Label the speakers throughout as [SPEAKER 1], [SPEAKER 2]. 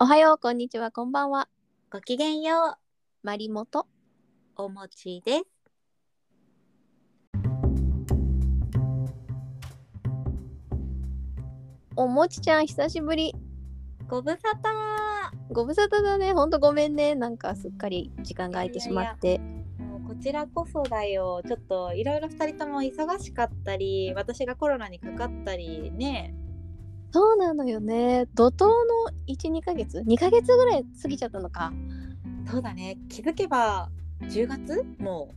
[SPEAKER 1] おはよう、こんにちは、こんばんは。
[SPEAKER 2] ごきげんよ
[SPEAKER 1] マリモと。
[SPEAKER 2] う、おもちです。
[SPEAKER 1] おもちちゃん、久しぶり。
[SPEAKER 2] ご無沙汰
[SPEAKER 1] ご無沙汰だね。ほんとごめんね。なんかすっかり時間が空いてしまって。
[SPEAKER 2] もうこちらこそだよ。ちょっといろいろ2人とも忙しかったり、私がコロナにかかったりね。
[SPEAKER 1] そうなのよね。怒涛の1、2ヶ月 ?2 ヶ月ぐらい過ぎちゃったのか。
[SPEAKER 2] そうだね。気づけば10月も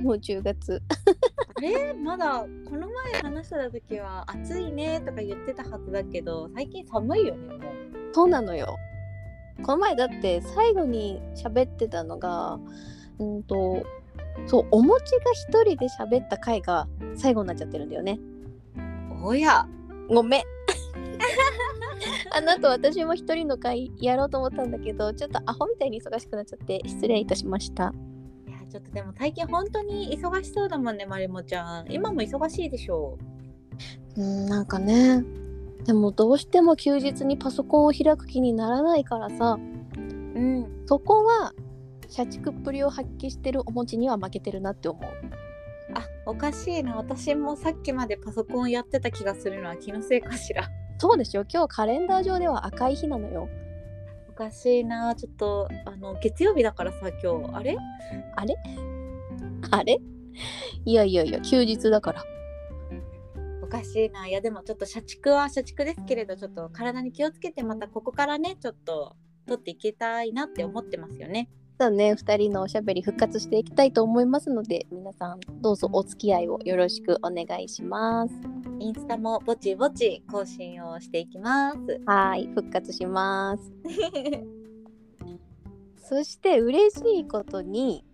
[SPEAKER 1] もう10月。
[SPEAKER 2] う。あれまだこの前話してた時は暑いねとか言ってたはずだけど、最近寒いよね。もう
[SPEAKER 1] そうなのよ。この前だって最後に喋ってたのが、うんと、そう、おもちが一人で喋った回が最後になっちゃってるんだよね。
[SPEAKER 2] おや。
[SPEAKER 1] ごめん。 あの後私も一人の会やろうと思ったんだけどちょっとアホみたいに忙しくなっちゃって失礼いたしました
[SPEAKER 2] いやちょっとでも最近本当に忙しそうだもんねまりもちゃん今も忙しいでしょ
[SPEAKER 1] うんなんかねでもどうしても休日にパソコンを開く気にならないからさ
[SPEAKER 2] ううん
[SPEAKER 1] そこは社畜っぷりを発揮してるお餅には負けてるなって思う
[SPEAKER 2] あおかしいな私もさっきまでパソコンやってた気がするのは気のせいかしら
[SPEAKER 1] そうでしょ今日カレンダー上では赤い日なのよ
[SPEAKER 2] おかしいなちょっとあの月曜日だからさ今日あれ
[SPEAKER 1] あれ あれいやいやいや休日だから
[SPEAKER 2] おかしいないやでもちょっと社畜は社畜ですけれどちょっと体に気をつけてまたここからねちょっと取っていけたいなって思ってますよね
[SPEAKER 1] さあね2人のおしゃべり復活していきたいと思いますので皆さんどうぞお付き合いをよろしくお願いします
[SPEAKER 2] インスタもぼちぼち更新をしていき ます
[SPEAKER 1] はい復活しますそして嬉しいことに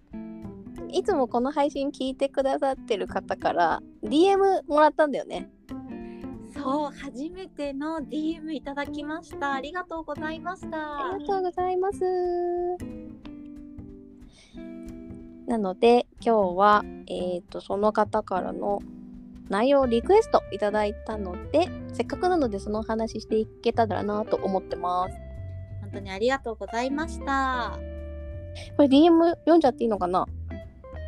[SPEAKER 1] いつもこの配信聞いてくださってる方から DM もらったんだよね
[SPEAKER 2] そう初めての DM いただきましたありがとうございました
[SPEAKER 1] ありがとうございますなので今日はえっ、とその方からの内容リクエストいただいたのでせっかくなのでそのお話ししていけたらなと思ってます
[SPEAKER 2] 本当にありがとうございました。
[SPEAKER 1] これ DM 読んじゃっていいのかな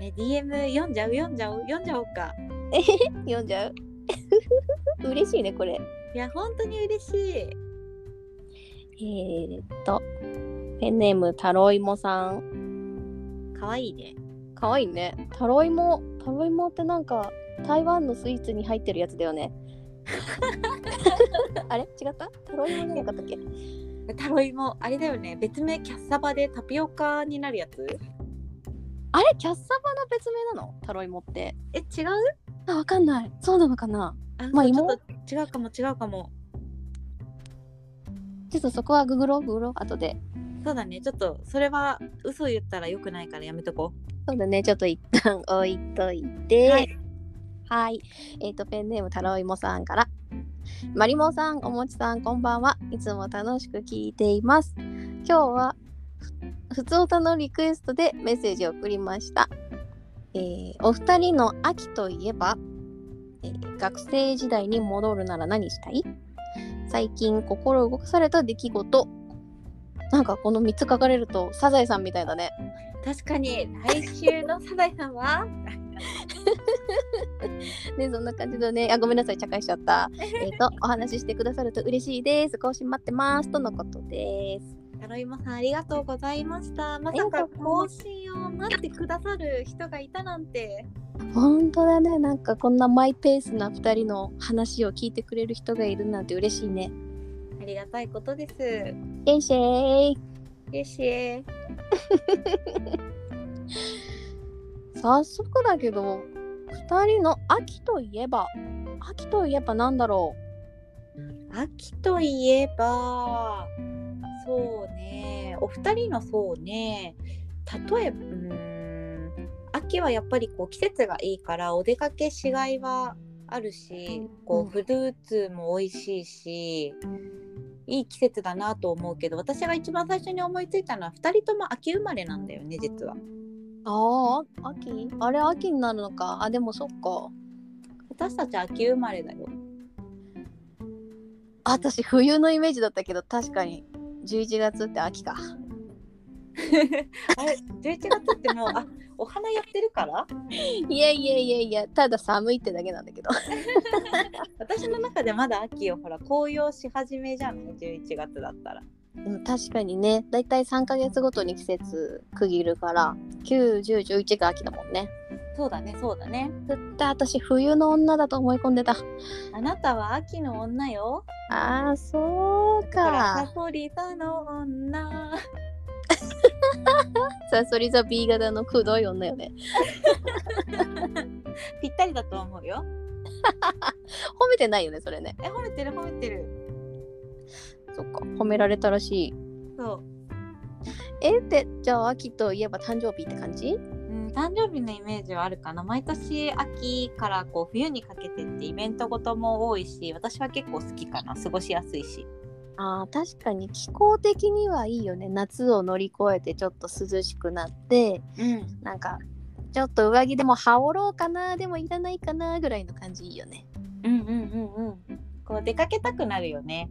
[SPEAKER 2] ね、DM 読んじゃう読んじゃう読んじゃおうか。
[SPEAKER 1] 読んじゃう 嬉しいねこれ
[SPEAKER 2] いや本当に嬉しい。
[SPEAKER 1] えー、っとペンネームタロイモさん
[SPEAKER 2] 可愛いね。
[SPEAKER 1] かわいいねタロイモタロイモってなんか台湾のスイーツに入ってるやつだよ ねあれ違ったタロイモじゃなかったっけ
[SPEAKER 2] タロイモあれだよね。別名キャッサバでタピオカになるやつ。
[SPEAKER 1] あれキャッサバの別名なのタロイモって
[SPEAKER 2] え違う？
[SPEAKER 1] あわかんないそうなのかな
[SPEAKER 2] あ
[SPEAKER 1] まあ
[SPEAKER 2] そう
[SPEAKER 1] 芋
[SPEAKER 2] ちょっと違うかも違うかも。
[SPEAKER 1] ちょっとそこはググろうググろう後で
[SPEAKER 2] そうだね。ちょっとそれは嘘言ったら良くないからやめとこ。
[SPEAKER 1] そうだねちょっと一旦置いというて、はい。えっ、と、ペンネームタロイモさんから。マリモさん、おもちさん、こんばんは。いつも楽しく聞いています。今日は、ふふつおたのリクエストでメッセージを送りました。えーお二人の秋といえば、えー学生時代に戻るなら何したい最近心動かされた出来事。なんかこの3つ書かれるとサザエさんみたいだね。
[SPEAKER 2] 確かに来週のサザエさんは
[SPEAKER 1] ね、そんな感じだね。あ、ごめんなさい、茶会しちゃった。えっと、お話ししてくださると嬉しいです。更新待ってます。とのことです。
[SPEAKER 2] タロイモさんありがとうございました。ま
[SPEAKER 1] あ
[SPEAKER 2] さ
[SPEAKER 1] りがと
[SPEAKER 2] か
[SPEAKER 1] うござい
[SPEAKER 2] 更
[SPEAKER 1] ま
[SPEAKER 2] 新を待ってくださる人がいたなんて。
[SPEAKER 1] 本当だね。なんかこんなマイペースな2人の話を聞いてくれる人がいるなんて嬉しいね。
[SPEAKER 2] ありがたいことです。
[SPEAKER 1] イェイシェイ
[SPEAKER 2] 嬉しい。
[SPEAKER 1] 早速だけど、2人の秋といえば、秋といえばなんだろ
[SPEAKER 2] 秋といえば、そうね、お二人のそうね、例えば、うーん、秋はやっぱりこう季節がいいからお出かけしがいはあるし、こ
[SPEAKER 1] うん
[SPEAKER 2] うフルーツも美味しいし、いい季節だなと思うけど、私が一番最初に思いついたのは二人とも秋生まれなんだよね、実は。
[SPEAKER 1] うああ、秋あれ、秋になるのか。あ、でもそっか。
[SPEAKER 2] 私たち秋生まれだよ。
[SPEAKER 1] あ私、冬のイメージだったけど、確かに。 11月って秋か。
[SPEAKER 2] あれ11月ってもうあお花やってるから
[SPEAKER 1] いやいやいやいや、ただ寒いってだけなんだけど。
[SPEAKER 2] 私の中でまだ秋をほら紅葉し始めじゃない11月だったら
[SPEAKER 1] うん確かにね、だいたい3ヶ月ごとに季節区切るから、9、10、11が秋だもんね。
[SPEAKER 2] そうだねそうだね
[SPEAKER 1] 絶対私冬の女だと思い込んでた。
[SPEAKER 2] あなたは秋の女よ
[SPEAKER 1] ああ、そう
[SPEAKER 2] ほら サ
[SPEAKER 1] か。
[SPEAKER 2] ソリ座の女
[SPEAKER 1] サソリ座 B 型のくどい女よね。
[SPEAKER 2] ぴったりだと思うよ
[SPEAKER 1] 褒めてないよね、それね。
[SPEAKER 2] え褒めてる褒めてる
[SPEAKER 1] そっか、褒められたらしい。
[SPEAKER 2] そう
[SPEAKER 1] えって、じゃあ秋といえば誕生日って感じ
[SPEAKER 2] うん、誕生日のイメージはあるかな毎年秋からこう冬にかけてってイベントごとも多いし私は結構好きかな過ごしやすいし
[SPEAKER 1] あー確かに気候的にはいいよね夏を乗り越えてちょっと涼しくなって
[SPEAKER 2] うん
[SPEAKER 1] なんかちょっと上着でも羽織ろうかなでもいらないかなぐらいの感じいいよね
[SPEAKER 2] うんうんうんうんこう出かけたくなるよね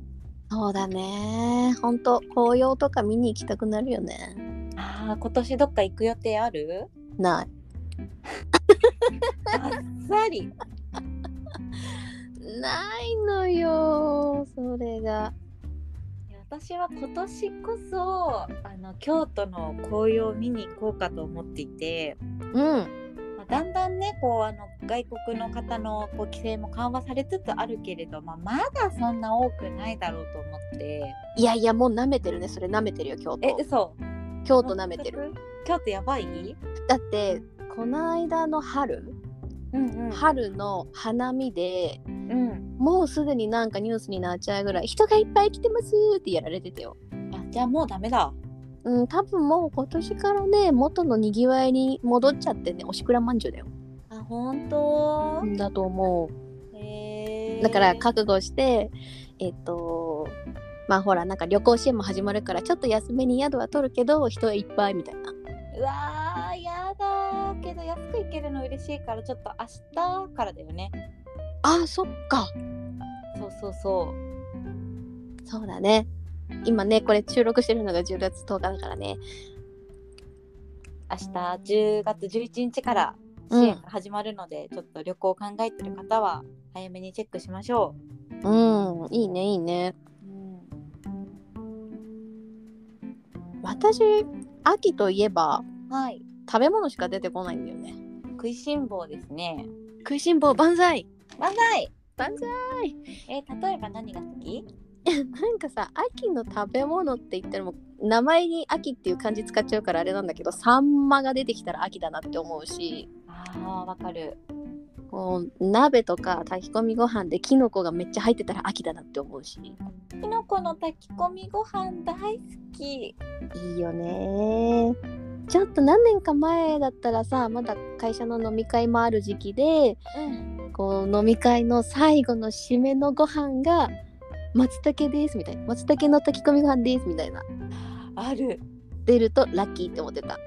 [SPEAKER 1] そうだねほんと紅葉とか見に行きたくなるよね
[SPEAKER 2] あー今年どっか行く予定ある
[SPEAKER 1] ない
[SPEAKER 2] あっさり
[SPEAKER 1] ないのよそれが
[SPEAKER 2] いや私は今年こそあの京都の紅葉を見に行こうかと思っていて、
[SPEAKER 1] うん
[SPEAKER 2] まあ、だんだんねこうあの外国の方のこう規制も緩和されつつあるけれど、まあ、まだそんな多くないだろうと思って。
[SPEAKER 1] いやいやもう舐めてるねそれ舐めてるよ京
[SPEAKER 2] え
[SPEAKER 1] 都
[SPEAKER 2] 嘘
[SPEAKER 1] 京都舐めてる
[SPEAKER 2] る京都やばい
[SPEAKER 1] だってこの間の春
[SPEAKER 2] うんうん
[SPEAKER 1] 春の花見で
[SPEAKER 2] うん
[SPEAKER 1] もうすでになんかニュースになっちゃうぐらい人がいっぱい来てますってやられてたよ。
[SPEAKER 2] あじゃあもうダメだ
[SPEAKER 1] うん、多分もう今年からね元のにぎわいに戻っちゃってねおしくらまんじゅうだよ。
[SPEAKER 2] あ本当
[SPEAKER 1] だと思
[SPEAKER 2] へ
[SPEAKER 1] う。
[SPEAKER 2] え
[SPEAKER 1] だから覚悟してえっとまあほらなんか旅行支援も始まるからちょっと安めに宿は取るけど人いっぱいみたいな。
[SPEAKER 2] うわーやだーけど安く行けるの嬉しいからちょっと明日からだよね
[SPEAKER 1] あそっか
[SPEAKER 2] そうそうそう
[SPEAKER 1] そうだね。今ねこれ収録してるのが10月10日だからね。
[SPEAKER 2] 明日10月11日から支援が始まるので、ちょっと旅行を考えてる方は早めにチェックしましょ
[SPEAKER 1] うんいいねいいね。
[SPEAKER 2] う、うん、
[SPEAKER 1] 私秋といえば
[SPEAKER 2] はい
[SPEAKER 1] 食べ物しか出てこないんだよね。
[SPEAKER 2] 食いしん坊ですね
[SPEAKER 1] 食いしん坊万歳
[SPEAKER 2] 万歳
[SPEAKER 1] 万歳
[SPEAKER 2] え例えば何が好き
[SPEAKER 1] なんかさ秋の食べ物って言ったらもう名前に秋っていう漢字使っちゃうからあれなんだけどサンマが出てきたら秋だなって思うし
[SPEAKER 2] あーわかる
[SPEAKER 1] こう鍋とか炊き込みご飯でキノコがめっちゃ入ってたら秋だなって思うし
[SPEAKER 2] きのこの炊き込みご飯大好き
[SPEAKER 1] いいよねちょっと何年か前だったらさまだ会社の飲み会もある時期で
[SPEAKER 2] うん
[SPEAKER 1] こう飲み会の最後の締めのご飯が松茸ですみたいな松茸の炊き込みご飯ですみたいな
[SPEAKER 2] ある
[SPEAKER 1] 出るとラッキーって思ってた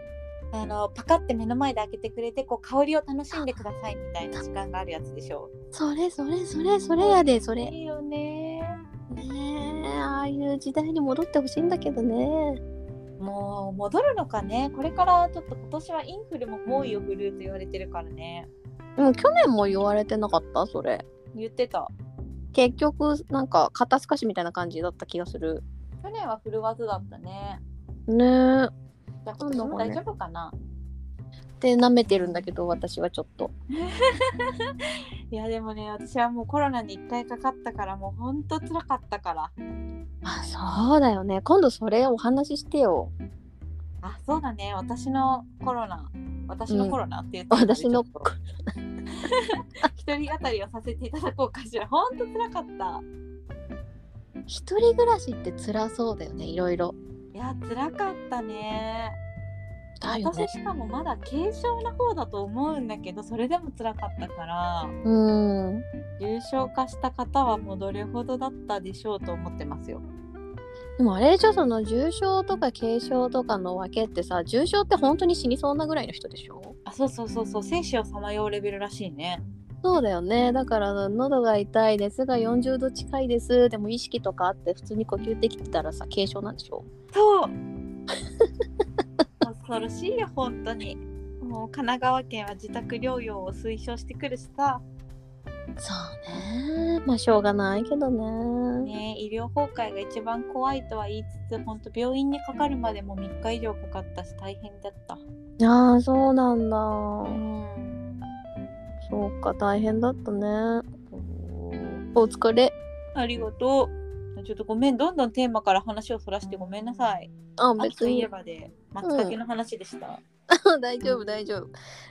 [SPEAKER 2] あのパカって目の前で開けてくれてこう香りを楽しんでくださいみたいな時間があるやつでしょ
[SPEAKER 1] それそれそれそれやでそれね
[SPEAKER 2] いいよね
[SPEAKER 1] えああいう時代に戻ってほしいんだけどね
[SPEAKER 2] もう戻るのかねこれからちょっと今年はインフルも猛威を振るうと言われてるからね
[SPEAKER 1] でも去年も言われてなかったそれ
[SPEAKER 2] 言ってた
[SPEAKER 1] 結局なんか肩透かしみたいな感じだった気がする
[SPEAKER 2] 去年はフルワズだったね
[SPEAKER 1] ねえっ
[SPEAKER 2] じゃあ今年も大丈夫かな、
[SPEAKER 1] て舐めてるんだけど私はちょっと
[SPEAKER 2] いやでもね私はもうコロナに一回かかったからもうほんとつらかったから
[SPEAKER 1] あそうだよね今度それお話ししてよ
[SPEAKER 2] あそうだね私のコロナ私のコロナって言ってたんで
[SPEAKER 1] 私の
[SPEAKER 2] ちょっと一人語りをさせていただこうかしらほんとつらかった
[SPEAKER 1] 一人暮らしって辛そうだよねいろいろ
[SPEAKER 2] いやつらかったね
[SPEAKER 1] だよね
[SPEAKER 2] 私しかもまだ軽症な方だと思うんだけどそれでもつらかったから
[SPEAKER 1] うん
[SPEAKER 2] 重症化した方はもうどれほどだったでしょうと思ってますよ
[SPEAKER 1] でもあれじゃその重症とか軽症とかの分けってさ重症って本当に死にそうなぐらいの人でしょ
[SPEAKER 2] あそうそうそうそう生死をさまようレベルらしいね
[SPEAKER 1] そうだよねだからあの喉が痛い熱が40度近いですでも意識とかあって普通に呼吸できてたらさ軽症なんでしょ
[SPEAKER 2] そう 恐ろしいよ本当にもう神奈川県は自宅療養を推奨してくるしさ、
[SPEAKER 1] そうねまあしょうがないけどね
[SPEAKER 2] ね、医療崩壊が一番怖いとは言いつつ本当病院にかかるまでも3日以上かかったし大変だった
[SPEAKER 1] ああそうなんだ
[SPEAKER 2] ん
[SPEAKER 1] そうか大変だったねお疲れ
[SPEAKER 2] ありがとうちょっとごめんどんどんテーマから話をそらしてごめんなさい
[SPEAKER 1] あ
[SPEAKER 2] 秋
[SPEAKER 1] 別
[SPEAKER 2] とい
[SPEAKER 1] に
[SPEAKER 2] えばで松茸の話でした、
[SPEAKER 1] 大丈夫大丈夫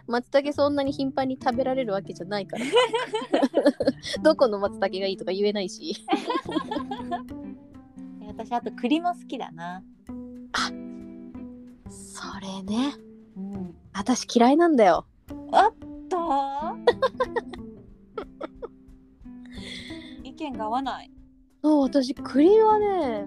[SPEAKER 1] 松茸そんなに頻繁に食べられるわけじゃないから どこの松茸がいいとか言えないし
[SPEAKER 2] え私あと栗も好きだな
[SPEAKER 1] それね
[SPEAKER 2] うん
[SPEAKER 1] 私嫌いなんだよ
[SPEAKER 2] と 意見が合わない
[SPEAKER 1] そう私栗はね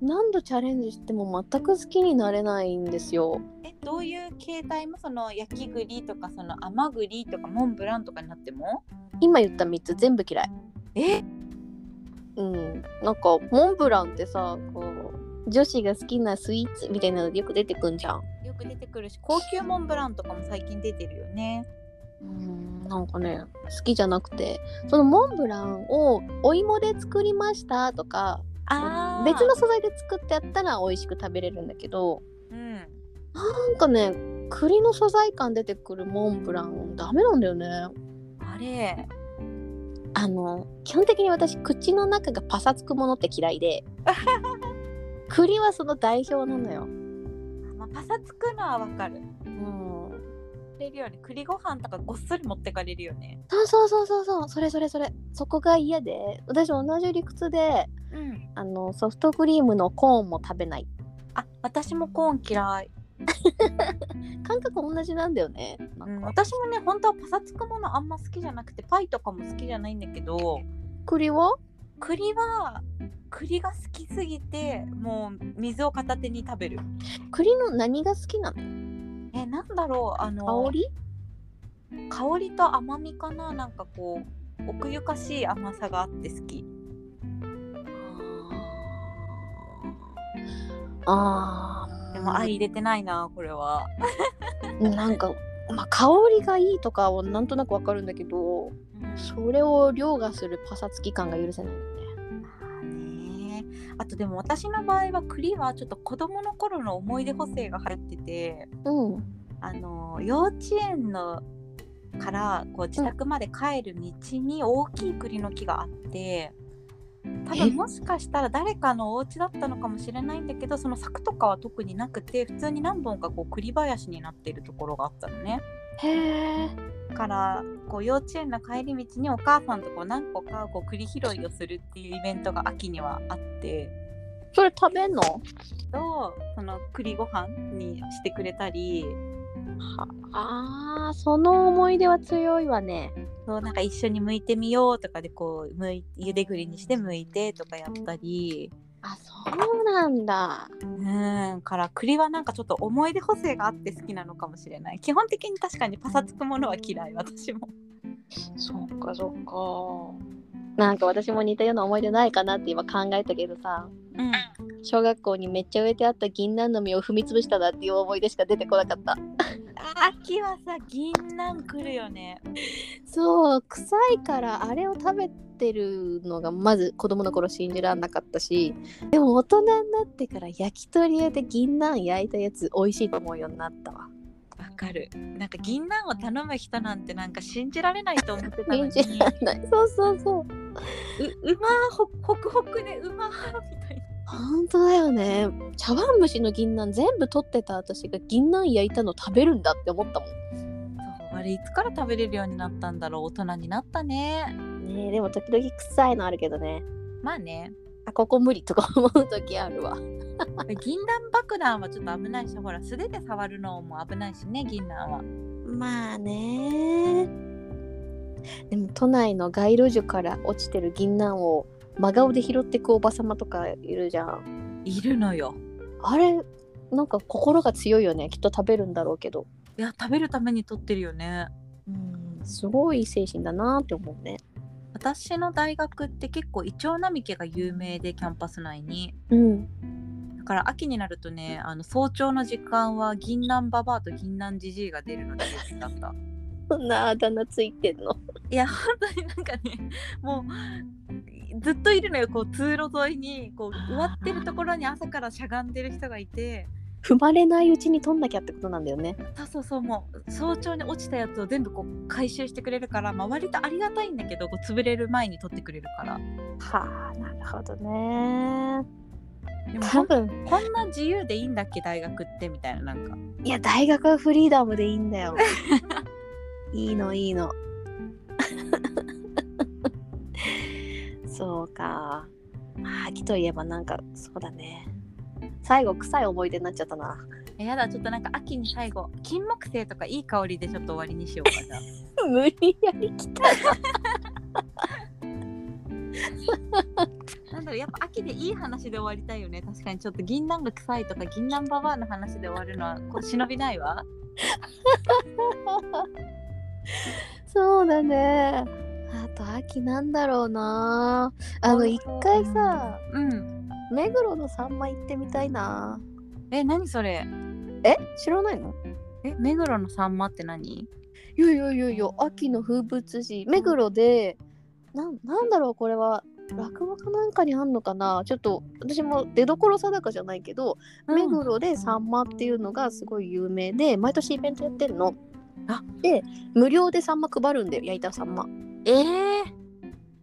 [SPEAKER 1] 何度チャレンジしても全く好きになれないんですよ
[SPEAKER 2] えどういう形態もその焼き栗とかその甘栗とかモンブランとかになっても
[SPEAKER 1] 今言った3つ全部嫌い
[SPEAKER 2] え
[SPEAKER 1] うんなんかモンブランってさこう女子が好きなスイーツみたいなのでよく出てくんじゃん
[SPEAKER 2] よく出てくるし高級モンブランとかも最近出てるよね
[SPEAKER 1] うんなんかね好きじゃなくてそのモンブランをお芋で作りましたとか
[SPEAKER 2] あ
[SPEAKER 1] 別の素材で作ってやったら美味しく食べれるんだけど
[SPEAKER 2] うん
[SPEAKER 1] なんかね栗の素材感出てくるモンブランダメなんだよね
[SPEAKER 2] あれ
[SPEAKER 1] あの基本的に私口の中がパサつくものって嫌い で栗はその代表なのよ、
[SPEAKER 2] まあ、パサつくのはわかる
[SPEAKER 1] うん、
[SPEAKER 2] れるよね栗ご飯とかごっそり持ってかれるよね
[SPEAKER 1] そうそうそうそうそうそれそれそれそこが嫌で私同じ理屈で
[SPEAKER 2] うん
[SPEAKER 1] あのソフトクリームのコーンも食べない
[SPEAKER 2] あ私もコーン嫌い、
[SPEAKER 1] 感覚同じなんだよねな
[SPEAKER 2] うんん、
[SPEAKER 1] か、
[SPEAKER 2] 私もね本当はパサつくものあんま好きじゃなくてパイとかも好きじゃないんだけど
[SPEAKER 1] 栗は
[SPEAKER 2] 栗は栗が好きすぎてもう水を片手に食べる
[SPEAKER 1] 栗の何が好きな
[SPEAKER 2] えなんだろうあ
[SPEAKER 1] の
[SPEAKER 2] の
[SPEAKER 1] 香り
[SPEAKER 2] 香りと甘みかななんかこう奥ゆかしい甘さがあって好き
[SPEAKER 1] あー
[SPEAKER 2] でも相入れてないなこれは
[SPEAKER 1] なんか、まあ、香りがいいとかはなんとなくわかるんだけどそれを凌駕するパサつき感が許せないよね
[SPEAKER 2] ねあとでも私の場合は栗はちょっと子どもの頃の思い出補正が入ってて
[SPEAKER 1] うん
[SPEAKER 2] あの幼稚園のからこう自宅まで帰る道に大きい栗の木があって多
[SPEAKER 1] え
[SPEAKER 2] 分もしかしたら誰かのお家だったのかもしれないんだけどその柵とかは特になくて普通に何本かこう栗林になっているところがあったのね
[SPEAKER 1] へえ
[SPEAKER 2] だからこう幼稚園の帰り道にお母さんとこう何個かこう栗拾いをするっていうイベントが秋にはあって
[SPEAKER 1] それ食べんの
[SPEAKER 2] とその栗ご飯にしてくれたり
[SPEAKER 1] あーその思い出は強いわね
[SPEAKER 2] そうなんか一緒に剥いてみようとかでこう剥いゆで栗にして剥いてとかやったり
[SPEAKER 1] あそうなんだ
[SPEAKER 2] うんから栗はなんかちょっと思い出補正があって好きなのかもしれない基本的に確かにパサつくものは嫌い私も
[SPEAKER 1] そっかそっかなんか私も似たような思い出ないかなって今考えたけどさ
[SPEAKER 2] うん
[SPEAKER 1] 小学校にめっちゃ植えてあった銀杏の実を踏みつぶしたなっていう思い出しか出てこなかった
[SPEAKER 2] 秋はさ銀杏来るよね
[SPEAKER 1] そう臭いからあれを食べてるのがまず子供の頃信じらんなかったしでも大人になってから焼き鳥屋で銀杏焼いたやつ美味しいと思うようになったわ
[SPEAKER 2] わかるなんか銀杏を頼む人なんてなんか信じられないと思ってた の
[SPEAKER 1] 信
[SPEAKER 2] に
[SPEAKER 1] じらんない そうそうそう
[SPEAKER 2] ううまーほホクホクでうまーみたいな
[SPEAKER 1] 本当だよね茶碗蒸しの銀杏全部取ってた私が銀杏焼いたの食べるんだって思ったもん
[SPEAKER 2] そうあれいつから食べれるようになったんだろう大人になったね
[SPEAKER 1] ねえでも時々臭いのあるけどね
[SPEAKER 2] まあね
[SPEAKER 1] あここ無理とか思う時あるわ
[SPEAKER 2] 銀杏爆弾はちょっと危ないしほら素手で触るのも危ないしね銀杏は
[SPEAKER 1] まあねでも都内の街路樹から落ちてる銀杏を真顔で拾ってくおばさまとかいるじゃん
[SPEAKER 2] いるのよ
[SPEAKER 1] あれなんか心が強いよねきっと食べるんだろうけど
[SPEAKER 2] いや食べるために取ってるよね
[SPEAKER 1] うんすごい精神だなって思うね。
[SPEAKER 2] 私の大学って結構イチョウ並木が有名でキャンパス内に
[SPEAKER 1] うん。
[SPEAKER 2] だから秋になるとねあの早朝の時間は銀杏ババアと銀杏じじいが出るので有名だった
[SPEAKER 1] そん なあだ名ついてんの。
[SPEAKER 2] いや本当になんかねもうずっといるのよこう通路沿いにこう植わってるところに朝からしゃがんでる人がいて
[SPEAKER 1] 踏まれないうちに取んなきゃってことなんだよね。
[SPEAKER 2] そうそうそうもう早朝に落ちたやつを全部こう回収してくれるから、まあ、割とありがたいんだけどこう潰れる前に取ってくれるから
[SPEAKER 1] はあ、なるほどね。
[SPEAKER 2] でも
[SPEAKER 1] 多
[SPEAKER 2] ほん
[SPEAKER 1] 分
[SPEAKER 2] こんな自由でいいんだっけ大学ってみたいななんか
[SPEAKER 1] いや大学はフリーダムでいいんだ よ。いいのいい の。そうか。まあ秋といえばなんかそうだね。最後臭い思い出になっちゃったな。
[SPEAKER 2] えやだちょっとなんか秋に最後金木犀とかいい香りでちょっと終わりにしようかじゃあ
[SPEAKER 1] 無理やり来た。
[SPEAKER 2] なんだろうやっぱ秋でいい話で終わりたいよね確かにちょっと銀杏が臭いとか銀杏ババアの話で終わるのはこう忍びないわ
[SPEAKER 1] そうだね。あと秋なんだろうな。あの一回さ、
[SPEAKER 2] うん
[SPEAKER 1] 目黒のサンマ行ってみたいな。
[SPEAKER 2] え何それ
[SPEAKER 1] え知らないの
[SPEAKER 2] え目黒のサンマって何
[SPEAKER 1] いやいやいやいや秋の風物詩目黒でなんなんだろうこれは落語かなんかにあんのかなちょっと私も出どころ定かじゃないけど、目
[SPEAKER 2] うん
[SPEAKER 1] 黒でサンマっていうのがすごい有名で毎年イベントやってんの。
[SPEAKER 2] あ
[SPEAKER 1] で無料でサンマ配るんだよ焼いたサンマ。
[SPEAKER 2] えー、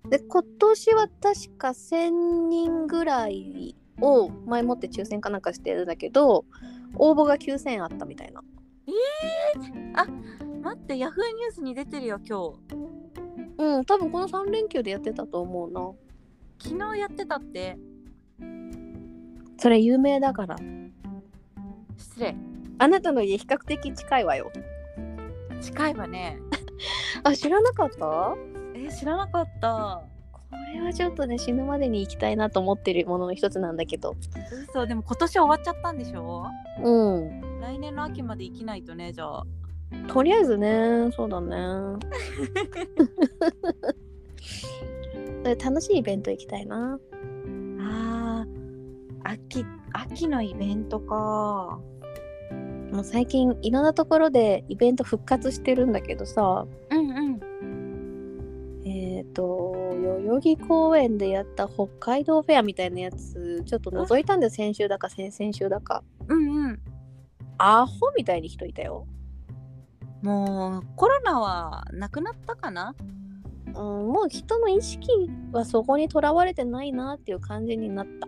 [SPEAKER 1] で今年は確か1,000人ぐらいを前もって抽選かなんかしてるんだけど応募が9,000あったみたいな。
[SPEAKER 2] 待ってヤフーニュースに出てるよ今日
[SPEAKER 1] うん多分この3連休でやってたと思うな。
[SPEAKER 2] 昨日やってたって
[SPEAKER 1] それ有名だから。
[SPEAKER 2] 失礼
[SPEAKER 1] あなたの家比較的近いわよ。
[SPEAKER 2] 近いわね
[SPEAKER 1] あ、知らなかったこ
[SPEAKER 2] えー知らなかった
[SPEAKER 1] れはちょっとね、死ぬまでに行きたいなと思ってるものの一つなんだけど。
[SPEAKER 2] 嘘でも今年終わっちゃったんでしょ
[SPEAKER 1] うん。
[SPEAKER 2] 来年の秋まで生きないとねじゃあ
[SPEAKER 1] とりあえずね、そうだね。それ 楽しいイベント行きたいな。
[SPEAKER 2] あ秋秋のイベントか
[SPEAKER 1] もう最近いろんなところでイベント復活してるんだけどさ、
[SPEAKER 2] うんうん
[SPEAKER 1] えっ、と、代々木公園でやった北海道フェアみたいなやつ、ちょっと覗いたんだよ、先週だか先々週だか。
[SPEAKER 2] うんうん
[SPEAKER 1] アホみたいに人いたよ。
[SPEAKER 2] もうコロナはなくなったかな
[SPEAKER 1] うん、もう人の意識はそこにとらわれてないなっていう感じになった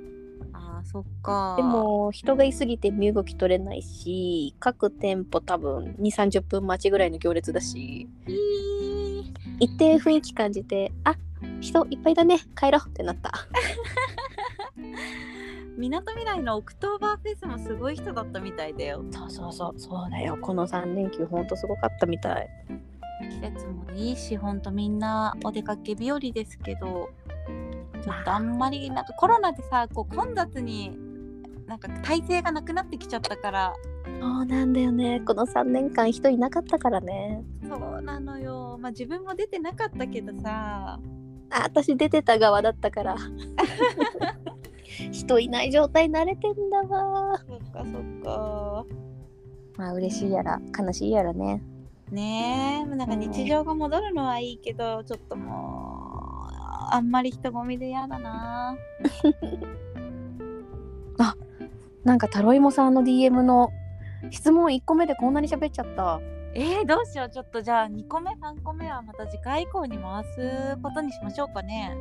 [SPEAKER 2] あーそっか
[SPEAKER 1] でも人がいすぎて身動き取れないし各店舗多分2 3 0分待ちぐらいの行列だし
[SPEAKER 2] いい
[SPEAKER 1] 一定雰囲気感じてあ人いっぱいだね帰ろうってなった
[SPEAKER 2] みなとみらいのオクトーバーフェスもすごい人だったみたいだよ
[SPEAKER 1] そうそうそうそうだよこの3連休ほんとすごかったみたい
[SPEAKER 2] 季節もいいしほんとみんなお出かけ日和ですけどちょっとあんまりなんかコロナでさこう混雑になんか体制がなくなってきちゃったから
[SPEAKER 1] そうなんだよねこの3年間人いなかったからね
[SPEAKER 2] そうなのよまあ自分も出てなかったけどさ
[SPEAKER 1] あ私出てた側だった から人いない状態慣れてんだわ
[SPEAKER 2] そっかそっか
[SPEAKER 1] まあ嬉しいやら悲しいやらね。
[SPEAKER 2] ねえなんか日常が戻るのはいいけどちょっともうあんまり人混みで嫌だな
[SPEAKER 1] なんかタロイモさんの DM の質問1個目でこんなに喋っちゃった。
[SPEAKER 2] えー、どうしようちょっとじゃあ2個目3個目はまた次回以降に回すことにしましょうかね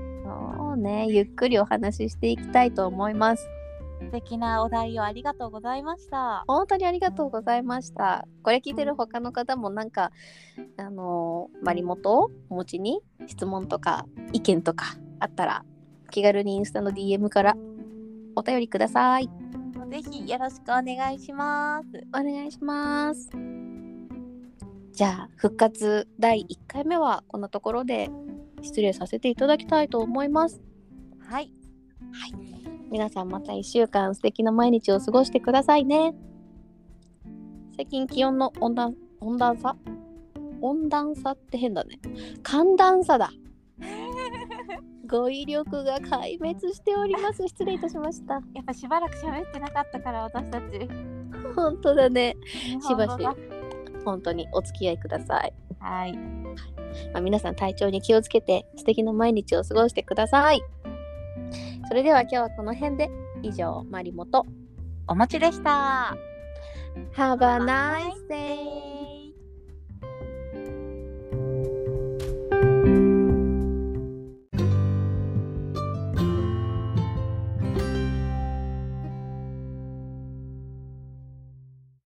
[SPEAKER 1] そうね、ゆっくりお話ししていきたいと思います。
[SPEAKER 2] 素敵なお題をありがとうございました
[SPEAKER 1] 本当にありがとうございました。これ聞いてる他の方もなんか、あのーマリモとお持ちに質問とか意見とかあったら気軽にインスタの DM からお便りください。
[SPEAKER 2] ぜひよろしくお願いします
[SPEAKER 1] お願いします。じゃあ復活第1回目はこんなところで失礼させていただきたいと思います。
[SPEAKER 2] はい
[SPEAKER 1] 皆さんまた1週間素敵な毎日を過ごしてくださいね。最近気温の温暖温暖差温暖さって変だね寒暖差だ語彙力が壊滅しております失礼いたしました
[SPEAKER 2] やっぱしばらく喋ってなかったから私たち。
[SPEAKER 1] 本当だねしばし
[SPEAKER 2] 日本語が
[SPEAKER 1] 本当にお付き合いください、
[SPEAKER 2] はい。
[SPEAKER 1] まあ、皆さん体調に気をつけて素敵な毎日を過ごしてくださいそれでは今日はこの辺で以上マリモと
[SPEAKER 2] お持ちでした。
[SPEAKER 1] Have a nice day!